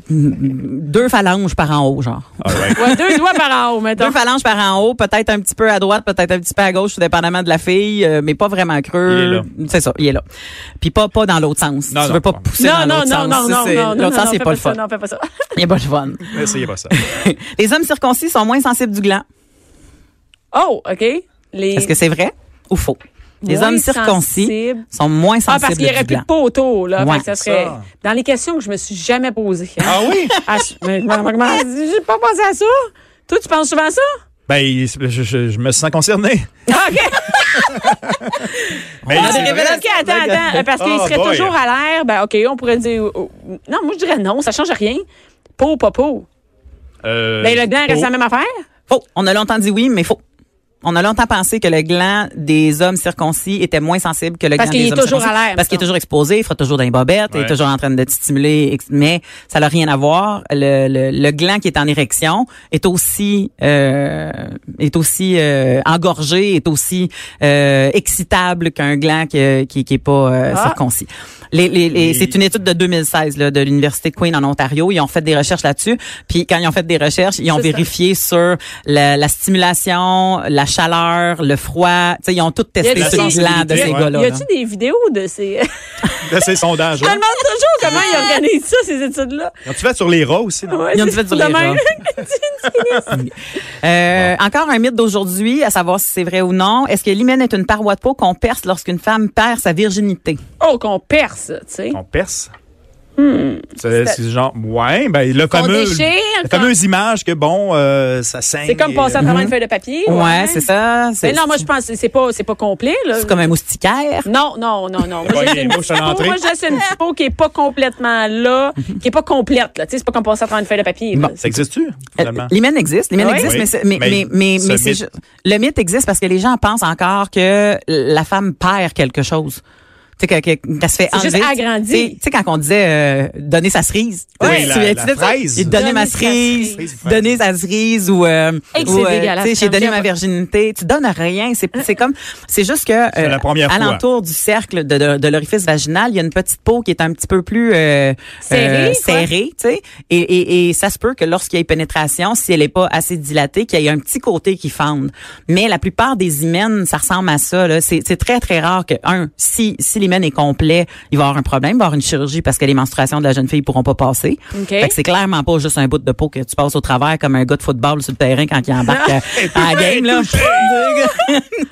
Speaker 2: (laughs) deux phalanges par en haut, genre.
Speaker 3: All
Speaker 1: (laughs)
Speaker 3: right.
Speaker 1: Ouais, deux doigts par en haut, mettons.
Speaker 2: Deux phalanges par en haut, peut-être un petit peu à droite, peut-être un petit peu à gauche, tout dépendamment de la fille, euh, mais pas vraiment
Speaker 3: Il est
Speaker 2: creux.
Speaker 3: là.
Speaker 2: C'est ça, il est là. Puis pas pas dans l'autre sens.
Speaker 3: Non,
Speaker 2: tu
Speaker 3: non,
Speaker 2: veux pas
Speaker 3: pas.
Speaker 2: pousser
Speaker 1: Non,
Speaker 2: dans
Speaker 1: non,
Speaker 2: l'autre
Speaker 1: non,
Speaker 2: sens.
Speaker 1: non,
Speaker 2: Ça,
Speaker 1: non,
Speaker 2: c'est-
Speaker 1: non.
Speaker 2: L'autre
Speaker 1: non,
Speaker 2: sens,
Speaker 1: non,
Speaker 2: c'est
Speaker 1: fais
Speaker 2: pas le
Speaker 1: ça,
Speaker 2: fun.
Speaker 1: Non, fais pas ça.
Speaker 2: Il est pas le fun.
Speaker 3: Essayez pas ça.
Speaker 2: Les hommes circoncis sont moins sensibles du gland.
Speaker 1: Oh, OK. Les...
Speaker 2: Est-ce que c'est vrai ou faux? Les
Speaker 1: Moins
Speaker 2: hommes circoncis
Speaker 1: sensibles.
Speaker 2: sont moins
Speaker 1: Ah,
Speaker 2: sensibles
Speaker 1: parce qu'il n'y aurait
Speaker 2: du
Speaker 1: plus
Speaker 2: gland.
Speaker 1: de poteau, là.
Speaker 2: Ouais.
Speaker 1: Fait que ça serait
Speaker 3: Ça.
Speaker 1: dans les questions que je me suis jamais posées. hein.
Speaker 3: Ah oui?
Speaker 1: Ah, je- mais comment- comment- J'ai pas pensé à ça. Toi, tu penses souvent à ça?
Speaker 3: Ben, il- je, je- je me sens concerné.
Speaker 1: Ah,
Speaker 2: (laughs)
Speaker 1: OK.
Speaker 3: Ben,
Speaker 1: Ah,
Speaker 3: c'est
Speaker 1: c'est
Speaker 3: vrai.
Speaker 1: révélé. OK, attends, attends. euh,
Speaker 2: Ah,
Speaker 1: Parce qu'il
Speaker 3: Oh
Speaker 1: serait
Speaker 3: boy.
Speaker 1: toujours à l'air. Ben, OK, on pourrait dire. euh, euh, non, moi, je dirais non, ça change rien. Peau, pas peau.
Speaker 3: Euh,
Speaker 1: Ben, le gland reste
Speaker 3: oh.
Speaker 1: la même affaire.
Speaker 2: Faux. On a longtemps dit oui, mais faux. On a longtemps pensé que le gland des hommes circoncis était moins sensible que le
Speaker 1: Parce
Speaker 2: gland
Speaker 1: qu'il
Speaker 2: des
Speaker 1: est
Speaker 2: hommes
Speaker 1: toujours
Speaker 2: circoncis.
Speaker 1: à l'air,
Speaker 2: Parce qu'il est
Speaker 1: mettons.
Speaker 2: toujours exposé, il fera toujours dans les bobettes, il est
Speaker 3: Ouais.
Speaker 2: toujours en train de te stimuler, ex- mais ça n'a rien à voir. Le, le, le gland qui est en érection est aussi euh, est aussi euh, engorgé, est aussi euh, excitable qu'un gland qui qui, qui est pas euh,
Speaker 1: Ah.
Speaker 2: circoncis. Les, les, les-
Speaker 3: Et-
Speaker 2: c'est une étude de 2016 là, de l'université de Queen en Ontario. Ils ont fait des recherches là-dessus. Puis quand ils ont fait des recherches, ils ont
Speaker 1: C'est ça.
Speaker 2: vérifié sur la, la stimulation, la chaleur, le froid. Tu sais, ils ont tout testé
Speaker 1: Y a-t-il-
Speaker 2: sur le gland de
Speaker 3: Y a-
Speaker 2: ces
Speaker 3: ouais.
Speaker 2: gars-là.
Speaker 1: Y
Speaker 2: là.
Speaker 1: a-tu des vidéos de ces.
Speaker 3: Là, c'est sondage.
Speaker 1: (laughs) Je me
Speaker 3: ouais.
Speaker 1: demande toujours comment ils organisent ça, ces études-là.
Speaker 3: Quand tu vas sur les rats aussi, non?
Speaker 1: Ouais,
Speaker 2: Ils ont
Speaker 1: c'est
Speaker 2: dû faire du
Speaker 1: de
Speaker 2: lait,
Speaker 1: même.
Speaker 2: genre. Euh, Encore un mythe d'aujourd'hui, à savoir si c'est vrai ou non. Est-ce que l'hymen est une paroi de peau qu'on perce lorsqu'une femme perd sa virginité?
Speaker 1: (laughs) Oh, qu'on perce, tu sais.
Speaker 3: On perce.
Speaker 1: Hmm.
Speaker 3: C'est c'est genre, ouais, ben, le
Speaker 1: Qu'on
Speaker 3: fameux.
Speaker 1: déchire,
Speaker 3: La
Speaker 1: qu'on-
Speaker 3: fameuse image que, bon, euh, ça saigne.
Speaker 1: C'est comme
Speaker 3: et-
Speaker 1: passer à travers une feuille de papier.
Speaker 2: Mhm. Ouais, c'est ça. C'est
Speaker 1: Mais Ben non, moi, je pense que c'est pas, c'est pas complet, là.
Speaker 2: c'est comme un moustiquaire.
Speaker 1: Non, non, non,
Speaker 3: (laughs)
Speaker 1: non. Moi,
Speaker 3: Ouais,
Speaker 1: j'ai une
Speaker 3: moi, je
Speaker 1: petite
Speaker 3: suis à
Speaker 1: peau,
Speaker 3: l'entrée.
Speaker 1: moi, j'ai une petite peau qui est pas complètement là, qui est pas complète, là. Tu sais, c'est pas comme passer à travers Euh, une feuille de papier. là.
Speaker 2: Bon.
Speaker 3: Ça existe-tu,
Speaker 2: Euh,
Speaker 3: finalement?
Speaker 2: L'hymen existe, l'hymen
Speaker 1: Ah ouais?
Speaker 2: existe,
Speaker 3: Oui.
Speaker 2: mais c'est- mais
Speaker 3: Mais
Speaker 2: mais mais,
Speaker 3: ce
Speaker 2: mais c'est
Speaker 3: mythe-
Speaker 2: ju- le mythe existe parce que les gens pensent encore que la femme perd quelque chose. Tu sais, que- que- qu'elle se fait
Speaker 1: C'est juste
Speaker 2: enlever.
Speaker 1: agrandi.
Speaker 2: Tu sais- Tu sais, quand on disait euh, donner sa cerise.
Speaker 3: Oui,
Speaker 2: Tu sais,
Speaker 3: la-
Speaker 2: tu viens-tu
Speaker 3: la
Speaker 2: de ça?
Speaker 3: fraise.
Speaker 2: Et Donner ma
Speaker 1: Donner sa
Speaker 2: cerise.
Speaker 3: cerise.
Speaker 2: Donner sa cerise ou... euh,
Speaker 1: Hey, que
Speaker 2: ou,
Speaker 1: c'est
Speaker 2: euh,
Speaker 1: dégueulasse,
Speaker 2: Tu sais, j'ai
Speaker 1: comme
Speaker 2: donné
Speaker 1: ça.
Speaker 2: ma virginité. Tu donnes rien. C'est c'est comme... C'est juste que... euh,
Speaker 3: C'est la première fois.
Speaker 2: Alentour du cercle de, de, de l'orifice vaginal, il y a une petite peau qui est un petit peu plus... euh,
Speaker 1: Serrée,
Speaker 2: euh,
Speaker 1: quoi.
Speaker 2: serrée serrée, tu sais. Et, et, et ça se peut que lorsqu'il y a une pénétration, si elle n'est pas assez dilatée, qu'il y ait un petit côté qui fende. Mais la plupart des hymens, ça ressemble à ça. là. C'est c'est très, très rare que, un, si, si l'hymen est complet, il va y avoir un problème, il va y avoir une chirurgie parce que les menstruations de la jeune fille pourront pas passer.
Speaker 1: OK.
Speaker 2: Fait que c'est clairement pas juste un bout de peau que tu passes au travers comme un gars de football sur le terrain quand il embarque euh, à la game. là.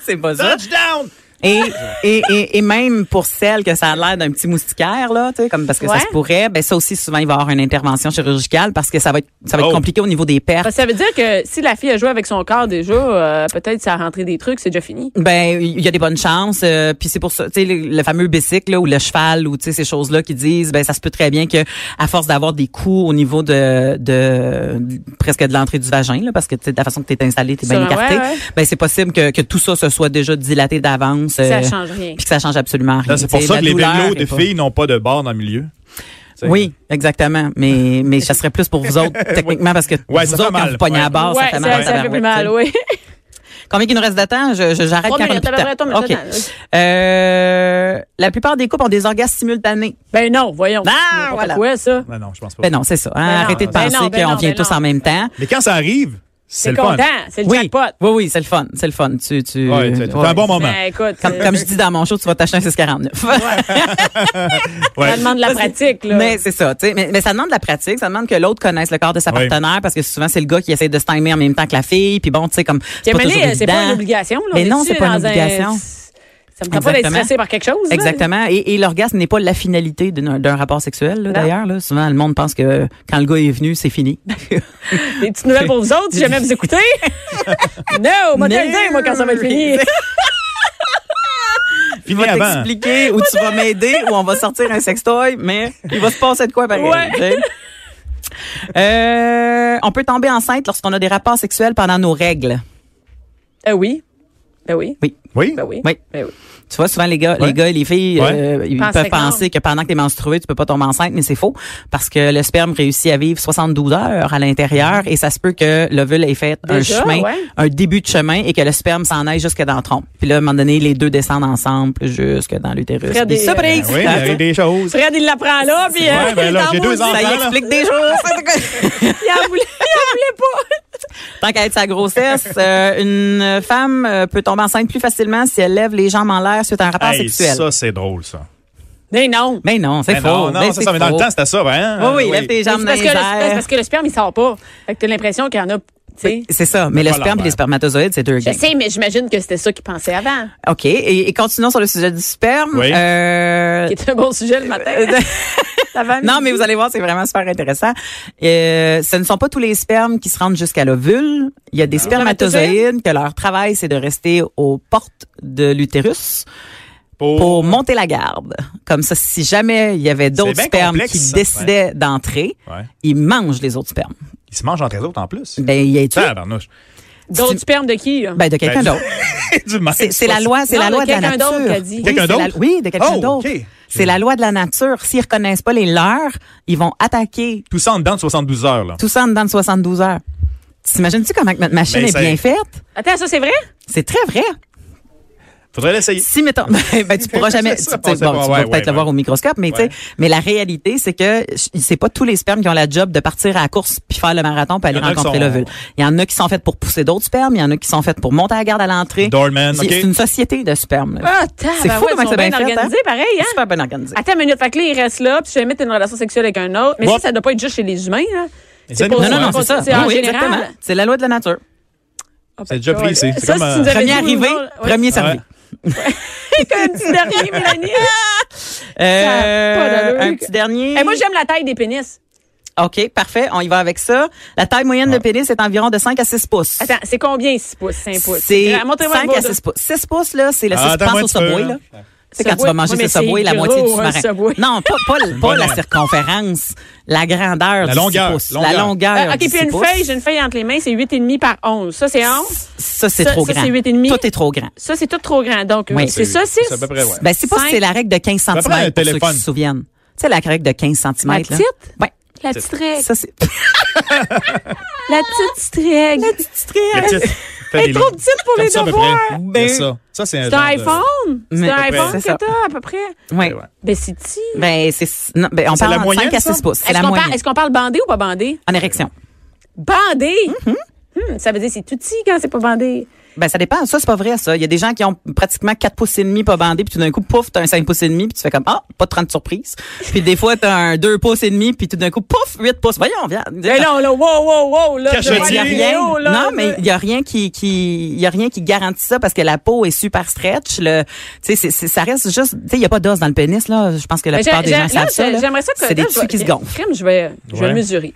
Speaker 2: (laughs) c'est pas ça.
Speaker 3: Touchdown!
Speaker 2: Et, et, et, et même pour celles que ça a l'air d'un petit moustiquaire, là, tu sais, comme parce que
Speaker 1: Ouais.
Speaker 2: ça se pourrait, ben ça aussi, souvent, il va y avoir une intervention chirurgicale parce que ça va être, ça va être
Speaker 3: Oh.
Speaker 2: compliqué au niveau des pertes.
Speaker 1: Parce que ça veut dire que si la fille a joué avec son corps déjà, euh, peut-être ça a rentré des trucs, c'est déjà fini.
Speaker 2: Ben, il y a des bonnes chances. euh, Puis c'est pour ça, tu sais, le, le fameux bicycle là, ou le cheval ou tu sais ces choses-là qui disent, ben ça se peut très bien que à force d'avoir des coups au niveau de, de, de- presque de l'entrée du vagin, là, parce que tu sais, de la façon que t'es installé, t'es
Speaker 1: Ça,
Speaker 2: bien
Speaker 1: ouais,
Speaker 2: écarté.
Speaker 1: ouais.
Speaker 2: Ben c'est possible que, que tout ça se soit déjà dilaté d'avance.
Speaker 1: Ça
Speaker 2: euh,
Speaker 1: change rien.
Speaker 2: Puis que ça change absolument rien.
Speaker 3: Là, C'est pour
Speaker 2: Tu sais,
Speaker 3: ça
Speaker 2: la
Speaker 3: que les
Speaker 2: douleur
Speaker 3: vélos
Speaker 2: est
Speaker 3: de
Speaker 2: pas-
Speaker 3: filles n'ont pas de barre dans le milieu. Tu sais.
Speaker 2: Oui, exactement.
Speaker 3: (laughs)
Speaker 2: Mais, mais ça serait plus pour vous autres, techniquement, parce que
Speaker 3: Ouais,
Speaker 2: vous
Speaker 3: ça
Speaker 2: autres, quand
Speaker 3: fait mal,
Speaker 2: vous pognez
Speaker 3: ouais.
Speaker 2: à bord,
Speaker 1: ouais,
Speaker 2: ça fait mal.
Speaker 1: Ça, fait plus mal, oui. (laughs)
Speaker 2: Combien qu'il nous reste de temps? Je- je- J'arrête
Speaker 1: Trois
Speaker 2: quand on a
Speaker 1: minutes,
Speaker 2: plus de
Speaker 1: à peu près
Speaker 2: temps.
Speaker 1: trois minutes
Speaker 2: OK.
Speaker 1: de temps,
Speaker 2: Euh, la plupart des couples ont des orgasmes simultanés.
Speaker 1: Ben non, voyons.
Speaker 2: Ah,
Speaker 1: C'est n'importe
Speaker 2: voilà.
Speaker 1: quoi, ça?
Speaker 3: Non, non, je pense pas.
Speaker 2: Ben non, c'est ça. hein.
Speaker 1: Ben non,
Speaker 2: Arrêtez de
Speaker 1: ben
Speaker 2: penser
Speaker 1: non, ben
Speaker 2: qu'on
Speaker 1: non,
Speaker 2: vient
Speaker 1: ben
Speaker 2: tous
Speaker 1: non.
Speaker 2: en même temps.
Speaker 3: Mais quand ça arrive,
Speaker 1: C'est
Speaker 3: c'est le fun.
Speaker 1: content, c'est le
Speaker 2: Oui,
Speaker 1: jackpot.
Speaker 2: oui, oui, c'est le fun, c'est le fun. Tu, tu,
Speaker 3: Ouais, c'est- c'est un bon moment.
Speaker 1: Ben écoute,
Speaker 2: Comme,
Speaker 1: euh,
Speaker 2: comme je dis dans mon show, tu vas t'acheter un 649.
Speaker 3: Ouais.
Speaker 1: ça demande de la pratique, là.
Speaker 2: Mais c'est ça, tu sais. Mais, mais ça demande de la pratique, ça demande que l'autre connaisse le corps de sa
Speaker 3: Oui.
Speaker 2: partenaire parce que souvent c'est le gars qui essaie de se timer en même temps que la fille, puis bon, tu sais comme
Speaker 1: Puis,
Speaker 2: c'est
Speaker 1: à un
Speaker 2: pas
Speaker 1: moment
Speaker 2: toujours
Speaker 1: donné, c'est pas
Speaker 2: évident.
Speaker 1: une obligation, là.
Speaker 2: Mais
Speaker 1: On
Speaker 2: non,
Speaker 1: est-tu
Speaker 2: c'est pas une
Speaker 1: dans un-
Speaker 2: obligation.
Speaker 1: Ça me prend pas d'être
Speaker 2: Exactement.
Speaker 1: stressé par quelque chose, là.
Speaker 2: Exactement. Et, et l'orgasme n'est pas la finalité d'un d'un rapport sexuel, là,
Speaker 1: Non.
Speaker 2: d'ailleurs. là. Souvent, le monde pense que euh, quand le gars est venu, c'est fini.
Speaker 1: Des petites nouvelles pour vous autres, si jamais vous écoutez. (laughs) non, moi, t'as le dire, moi, quand ça va être fini.
Speaker 2: (laughs)
Speaker 1: (laughs)
Speaker 2: Il
Speaker 3: Fini
Speaker 2: va
Speaker 3: avant.
Speaker 2: t'expliquer ou tu vas m'aider ou on va sortir un sextoy, mais il va se passer de quoi pareil.
Speaker 1: Ouais.
Speaker 2: tu sais. Euh, on peut tomber enceinte lorsqu'on a des rapports sexuels pendant nos règles.
Speaker 1: Ah oui. Ben oui.
Speaker 2: Oui.
Speaker 3: Oui?
Speaker 1: Ben oui.
Speaker 2: Oui.
Speaker 1: Ben oui.
Speaker 2: Tu vois, souvent, les gars,
Speaker 3: Ouais.
Speaker 2: les gars et les filles,
Speaker 3: Ouais.
Speaker 2: euh, ils
Speaker 1: Pensent
Speaker 2: peuvent
Speaker 1: que non.
Speaker 2: penser que pendant que tu es menstrué, tu peux pas tomber enceinte, mais c'est faux. Parce que le sperme réussit à vivre 72 heures à l'intérieur et ça se peut que l'ovule ait fait
Speaker 1: Déjà,
Speaker 2: un chemin,
Speaker 1: ouais.
Speaker 2: un début de chemin et que le sperme s'en aille jusque dans le tronc. Puis là, à un moment donné, les deux descendent ensemble jusque dans l'utérus.
Speaker 1: Faire
Speaker 2: Puis
Speaker 1: des-
Speaker 2: surprise!
Speaker 3: Ben euh, oui, il arrive des choses.
Speaker 1: Fred, il l'apprend là, puis euh,
Speaker 3: Ouais, ben là,
Speaker 1: il en
Speaker 3: j'ai deux
Speaker 1: maudit.
Speaker 3: ans.
Speaker 2: ça y
Speaker 3: Voilà.
Speaker 2: explique des choses.
Speaker 1: (laughs) Il en voulait, il en voulait pas.
Speaker 2: Tant qu'à être sa grossesse, euh, une femme euh, peut tomber enceinte plus facilement si elle lève les jambes en l'air suite à un rapport
Speaker 3: Hey,
Speaker 2: sexuel.
Speaker 3: ça, c'est drôle, ça.
Speaker 1: Mais non.
Speaker 2: Mais non, c'est
Speaker 3: Ben
Speaker 2: faux.
Speaker 3: non, non,
Speaker 2: Ben,
Speaker 3: ça,
Speaker 2: c'est
Speaker 3: ça, mais dans le
Speaker 2: faux.
Speaker 3: temps, c'était ça, ben.
Speaker 2: Oui,
Speaker 3: hein,
Speaker 2: Euh, oui, lève tes
Speaker 1: C'est
Speaker 2: jambes dans
Speaker 1: parce,
Speaker 2: les
Speaker 1: que le, c'est
Speaker 2: airs.
Speaker 1: parce que le sperme, il sort pas. Fait que t'as l'impression qu'il y en a, tu sais.
Speaker 2: C'est ça, mais
Speaker 3: Pas
Speaker 2: le sperme et
Speaker 3: l'envers.
Speaker 2: les spermatozoïdes, c'est deux
Speaker 1: Je
Speaker 2: gangs.
Speaker 1: sais, mais j'imagine que c'était ça qu'ils pensaient avant.
Speaker 2: OK, et, et continuons sur le sujet du sperme.
Speaker 3: Oui.
Speaker 2: (laughs) Euh,
Speaker 1: C'est un bon sujet le matin. Euh, (laughs)
Speaker 2: non, mais vous allez voir, c'est vraiment super intéressant. Euh, ce ne sont pas tous les spermes qui se rendent jusqu'à l'ovule. Il y a des spermatozoïdes que leur travail, c'est de rester aux portes de l'utérus
Speaker 3: Pour-
Speaker 2: pour monter la garde. Comme ça, si jamais il y avait d'autres
Speaker 3: bien
Speaker 2: spermes
Speaker 3: complexe,
Speaker 2: qui
Speaker 3: ça.
Speaker 2: décidaient d'entrer,
Speaker 3: Ouais.
Speaker 2: ils mangent les autres spermes.
Speaker 3: Ils se mangent entre les autres, en plus.
Speaker 2: Ben, il y a
Speaker 3: Tabarnouche. (laughs)
Speaker 1: D'autres spermes de qui, là?
Speaker 2: ben, de quelqu'un
Speaker 3: Ah, Ben,
Speaker 2: d'autre.
Speaker 3: Du même,
Speaker 2: C'est c'est la
Speaker 3: pas-
Speaker 2: loi, c'est
Speaker 1: Non,
Speaker 2: la
Speaker 1: de
Speaker 2: loi de la
Speaker 1: quelqu'un
Speaker 2: nature.
Speaker 1: d'autre qui a dit.
Speaker 2: Oui,
Speaker 3: Quelqu'un
Speaker 2: c'est la-
Speaker 3: d'autre?
Speaker 2: Oui, de quelqu'un
Speaker 3: Oh,
Speaker 2: d'autre.
Speaker 3: OK.
Speaker 2: C'est la loi de la nature. S'ils reconnaissent pas les leurs, ils vont attaquer
Speaker 3: Tout ça en dedans de 72 heures, là.
Speaker 2: tout ça en dedans de 72 heures. T'imagines-tu comment que notre machine
Speaker 3: Mais
Speaker 2: est
Speaker 3: c'est-
Speaker 2: bien faite?
Speaker 1: Attends, ça, c'est vrai?
Speaker 2: C'est très vrai.
Speaker 3: Faudrait l'essayer.
Speaker 2: Si, mettons, (laughs) ben, ben, tu pourras jamais, tu, tu
Speaker 3: C'est ça,
Speaker 2: sais,
Speaker 3: on sait
Speaker 2: bon,
Speaker 3: pas,
Speaker 2: tu
Speaker 3: ouais,
Speaker 2: vas peut-être
Speaker 3: ouais,
Speaker 2: le voir
Speaker 3: ouais.
Speaker 2: au microscope, mais tu sais,
Speaker 3: Ouais.
Speaker 2: mais la réalité, c'est que ch- c'est pas tous les spermes qui ont la job de partir à la course puis faire le marathon puis
Speaker 3: Il y
Speaker 2: aller
Speaker 3: en a qui
Speaker 2: rencontrer
Speaker 3: sont-
Speaker 2: l'ovule. Il y en a qui sont faites pour pousser d'autres spermes, il y en a qui sont faites pour monter à la garde à l'entrée.
Speaker 3: Doorman,
Speaker 2: C'est
Speaker 3: OK.
Speaker 2: c'est une société de sperme. là.
Speaker 1: Ah, t'as,
Speaker 2: C'est fou comment
Speaker 1: ils sont
Speaker 2: c'est
Speaker 1: bien,
Speaker 2: bien fait,
Speaker 1: organisés,
Speaker 2: hein?
Speaker 1: pareil, hein?
Speaker 2: Super bien organisé.
Speaker 1: Attends une minute, fait que là, il reste là, puis si jamais t'as une relation sexuelle avec un autre, mais
Speaker 3: Ouais.
Speaker 1: ça, ça doit pas être juste chez les humains, là.
Speaker 3: Les animaux,
Speaker 2: Non, non, non,
Speaker 3: Ouais.
Speaker 2: c'est ça. Ah
Speaker 1: C'est en
Speaker 2: Oui, oui,
Speaker 1: général.
Speaker 2: exactement. C'est la loi de la nature.
Speaker 1: Oh,
Speaker 3: C'est déjà
Speaker 1: God.
Speaker 3: pris, c'est- c'est
Speaker 1: Ça,
Speaker 3: comme,
Speaker 1: si
Speaker 3: euh,
Speaker 1: tu nous avais
Speaker 2: Premier
Speaker 1: dit, nous
Speaker 2: arrivé,
Speaker 1: autres, ouais.
Speaker 2: premier servi.
Speaker 3: Ouais.
Speaker 1: Un petit
Speaker 2: (laughs)
Speaker 1: dernier, Mélanie.
Speaker 2: Euh,
Speaker 1: Ça a pas d'allure.
Speaker 2: un petit dernier.
Speaker 1: Eh, moi, j'aime la taille des pénis.
Speaker 2: OK, parfait. On y va avec ça. La taille moyenne de
Speaker 3: Ouais.
Speaker 2: pénis est environ de 5 à 6 pouces.
Speaker 1: Attends, c'est combien 6 pouces, 5 pouces?
Speaker 2: C'est
Speaker 1: Ah,
Speaker 2: 5
Speaker 1: montrez-moi le
Speaker 2: à
Speaker 1: beau-
Speaker 2: 6 pouces. 6 pouces, là, c'est le
Speaker 3: Ah,
Speaker 2: 6 pouces.
Speaker 3: attends-moi
Speaker 2: Pense au
Speaker 3: un petit peu,
Speaker 2: Subway, là.
Speaker 3: hein.
Speaker 2: C'est quand tu
Speaker 1: Subway.
Speaker 2: vas manger
Speaker 1: Ouais,
Speaker 2: chez
Speaker 1: mais
Speaker 2: Subway,
Speaker 1: c'est
Speaker 2: la moitié du
Speaker 1: gros, un
Speaker 2: sous-marin.
Speaker 1: Subway.
Speaker 2: Non, pas,
Speaker 3: (laughs)
Speaker 2: pas, le- pas
Speaker 3: bonne
Speaker 2: la
Speaker 3: heure.
Speaker 2: circonférence, la grandeur
Speaker 3: La
Speaker 2: du six
Speaker 3: longueur,
Speaker 2: pouces, La
Speaker 3: longueur.
Speaker 2: longueur
Speaker 1: Ah, OK,
Speaker 2: du
Speaker 1: puis
Speaker 2: six
Speaker 1: une
Speaker 2: pouces.
Speaker 1: feuille, j'ai une feuille entre les mains, c'est 8,5 par 11. Ça, c'est 11.
Speaker 2: Ça, c'est
Speaker 1: Ça,
Speaker 2: trop
Speaker 1: ça,
Speaker 2: grand.
Speaker 1: c'est huit et demi.
Speaker 2: Tout est trop grand.
Speaker 1: Ça, c'est tout trop grand. Donc, euh,
Speaker 2: Oui.
Speaker 1: c'est ça, 6.
Speaker 3: C'est à peu près, ouais.
Speaker 2: Ben, c'est pas si
Speaker 1: Cinq.
Speaker 2: c'est la règle de 15 cm,
Speaker 3: prendre
Speaker 2: pour
Speaker 3: un
Speaker 2: ceux
Speaker 3: téléphone.
Speaker 2: qui se souviennent. Tu sais, la règle de 15 cm.
Speaker 1: La
Speaker 2: là.
Speaker 1: petite?
Speaker 2: Ouais.
Speaker 1: La petite règle. (laughs)
Speaker 2: Ça, c'est...
Speaker 1: La petite règle.
Speaker 3: Le titre. Fait
Speaker 1: Elle
Speaker 3: des
Speaker 1: est trop
Speaker 3: lignes.
Speaker 1: petite pour
Speaker 3: Comme
Speaker 1: les
Speaker 3: ça, à peu
Speaker 1: devoirs.
Speaker 3: près.
Speaker 2: Ben-
Speaker 3: C'est ça. Ça, c'est un
Speaker 1: C'est un
Speaker 3: genre de-
Speaker 1: iPhone. C'est
Speaker 2: Mais-
Speaker 1: un
Speaker 2: à peu près,
Speaker 1: iPhone
Speaker 2: c'est
Speaker 1: que
Speaker 2: ça.
Speaker 1: t'as, à peu près.
Speaker 2: Ouais.
Speaker 3: Ouais.
Speaker 1: Ben, c'est petit.
Speaker 2: Ben, c'est, non, ben, on
Speaker 3: C'est
Speaker 2: parle
Speaker 3: la
Speaker 2: de
Speaker 3: moyenne,
Speaker 2: 5 à
Speaker 3: ça?
Speaker 2: 6 pouces. C'est
Speaker 1: Est-ce
Speaker 2: la
Speaker 1: qu'on
Speaker 2: moyenne.
Speaker 1: parle, est-ce qu'on parle bandé ou pas bandé?
Speaker 2: En érection.
Speaker 1: Bandé!
Speaker 2: Mm-hmm.
Speaker 1: Hmm, ça veut dire c'est tout petit quand c'est pas bandé.
Speaker 2: Ben, ça dépend. Ça, c'est pas vrai, ça. Il y a des gens qui ont pratiquement 4 pouces et demi pas bandés, puis tout d'un coup, pouf, t'as un 5 pouces et demi, puis tu fais comme, ah, pas de 30 surprises. Puis des fois, t'as un 2 pouces et demi, puis tout d'un coup, pouf, 8 pouces. Voyons, viens.
Speaker 1: Mais non, là, wow, wow, wow, là.
Speaker 3: Cachetier.
Speaker 1: je vois
Speaker 2: Il y a
Speaker 1: les
Speaker 2: rien.
Speaker 1: vidéos, là,
Speaker 2: non, mais il y a rien qui qui il y a rien qui garantit ça parce que la peau est super stretch. Le, tu sais, c'est- c'est- ça reste juste. Tu sais, il y a pas d'os dans le pénis là. Je pense que la
Speaker 1: Mais j'ai-
Speaker 2: plupart des
Speaker 1: j'ai-
Speaker 2: gens
Speaker 1: là,
Speaker 2: savent ça.
Speaker 1: j'ai-
Speaker 2: là.
Speaker 1: J'aimerais ça que
Speaker 2: C'est des
Speaker 1: là, je
Speaker 2: tissus
Speaker 1: vais-
Speaker 2: qui se gonflent.
Speaker 1: Crime, je vais, je vais
Speaker 3: Ouais.
Speaker 1: mesurer.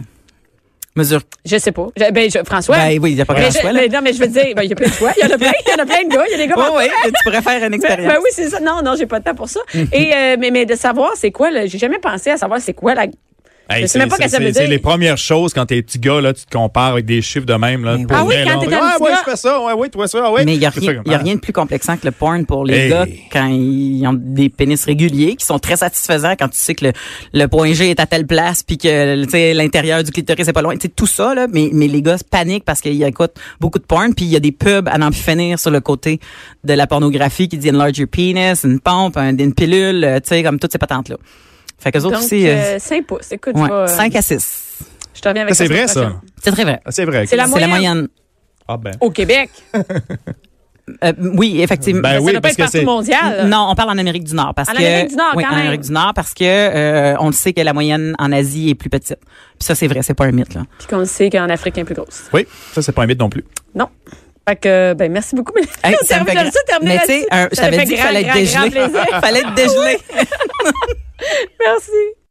Speaker 2: Mesure.
Speaker 1: Je sais pas. Je- ben, je- François.
Speaker 2: Ben oui, il y a pas
Speaker 1: mais
Speaker 2: grand
Speaker 1: je-
Speaker 2: choix là.
Speaker 1: mais non, mais je veux dire, ben, il y a plein de choix. Il y en a plein, il y en a plein de gars. Il y a des gars
Speaker 2: Oh,
Speaker 1: partout.
Speaker 2: oui, tu
Speaker 1: (laughs)
Speaker 2: pourrais faire une
Speaker 1: Ben,
Speaker 2: expérience. Mm-hmm.
Speaker 1: ben oui, c'est ça. Non, non, j'ai pas de temps pour ça. Et, euh, mais, mais de savoir c'est quoi, là, j'ai jamais pensé à savoir c'est quoi la.
Speaker 3: Hey,
Speaker 1: je sais
Speaker 3: c'est-
Speaker 1: même pas
Speaker 3: c'est-
Speaker 1: que ça veut
Speaker 3: c'est-
Speaker 1: dire.
Speaker 3: C'est les premières choses quand t'es petit gars, là, tu te compares avec des chiffres de même. Là,
Speaker 2: Mais oui.
Speaker 3: pour
Speaker 2: Ah
Speaker 1: oui,
Speaker 3: vrai,
Speaker 1: quand
Speaker 3: là,
Speaker 1: t'es
Speaker 3: on
Speaker 1: un
Speaker 3: dit,
Speaker 1: petit
Speaker 3: Ah, ouais,
Speaker 1: gars.
Speaker 3: je fais ça, ouais, ouais, toi, ça, ah, ouais.
Speaker 2: Mais il n'y a,
Speaker 3: Je fais
Speaker 2: rien-
Speaker 3: comme,
Speaker 2: il y a
Speaker 3: ah.
Speaker 2: rien de plus complexant que le porn pour les
Speaker 3: Hey.
Speaker 2: gars quand ils ont des pénis réguliers qui sont très satisfaisants quand tu sais que le, le point G est à telle place puis que tu sais, l'intérieur du clitoris c'est pas loin. Tu sais, tout ça, là, mais, mais les gars se paniquent parce qu'ils écoutent beaucoup de porn puis il y a des pubs à n'en plus finir sur le côté de la pornographie qui dit une larger penis, une pompe, un- une pilule, euh, tu sais, comme toutes ces patentes-là. Fait que autres
Speaker 1: Donc,
Speaker 2: aussi, euh,
Speaker 1: 5 pouces. Écoute, je, vais,
Speaker 2: ouais,
Speaker 1: euh,
Speaker 2: 5 à 6.
Speaker 1: je te reviens avec
Speaker 3: Ça, C'est
Speaker 1: la semaine
Speaker 3: vrai, ça.
Speaker 1: prochaine.
Speaker 2: C'est très vrai.
Speaker 3: Ah, C'est vrai.
Speaker 1: C'est la
Speaker 3: ok.
Speaker 2: C'est la
Speaker 1: moyenne.
Speaker 2: moyenne.
Speaker 3: Ah, ben.
Speaker 1: Au Québec.
Speaker 2: Euh, oui, effectivement.
Speaker 3: Ben
Speaker 1: ça
Speaker 3: oui,
Speaker 1: doit pas
Speaker 3: parce
Speaker 1: être
Speaker 3: que
Speaker 1: partout
Speaker 3: c'est-
Speaker 1: mondial.
Speaker 2: Non, on parle en Amérique du Nord parce
Speaker 1: En
Speaker 2: que
Speaker 1: Amérique du Nord,
Speaker 2: oui,
Speaker 1: quand
Speaker 2: en
Speaker 1: même.
Speaker 2: Amérique du Nord parce que euh, on le sait que la moyenne en Asie est plus petite. Puis ça c'est vrai, c'est pas un mythe
Speaker 1: (laughs)
Speaker 2: là.
Speaker 1: Puis qu'on sait qu'en Afrique, elle est plus grosse.
Speaker 3: Oui, ça, c'est pas un mythe non plus.
Speaker 1: Non. Fait que, ben, merci beaucoup. (laughs) Mélanie.
Speaker 2: Hey,
Speaker 1: On
Speaker 2: ça me fait
Speaker 1: termine
Speaker 2: gra-
Speaker 1: là-dessus, terminer
Speaker 2: Mais tu sais,
Speaker 1: là-dessus.
Speaker 2: un- je
Speaker 1: Ça me
Speaker 2: t'avais
Speaker 1: fait
Speaker 2: dit qu'il (laughs)
Speaker 1: grand,
Speaker 2: fallait être
Speaker 1: grand, grand
Speaker 2: dégelé.
Speaker 1: plaisir.
Speaker 2: fallait être dégelé.
Speaker 1: Merci.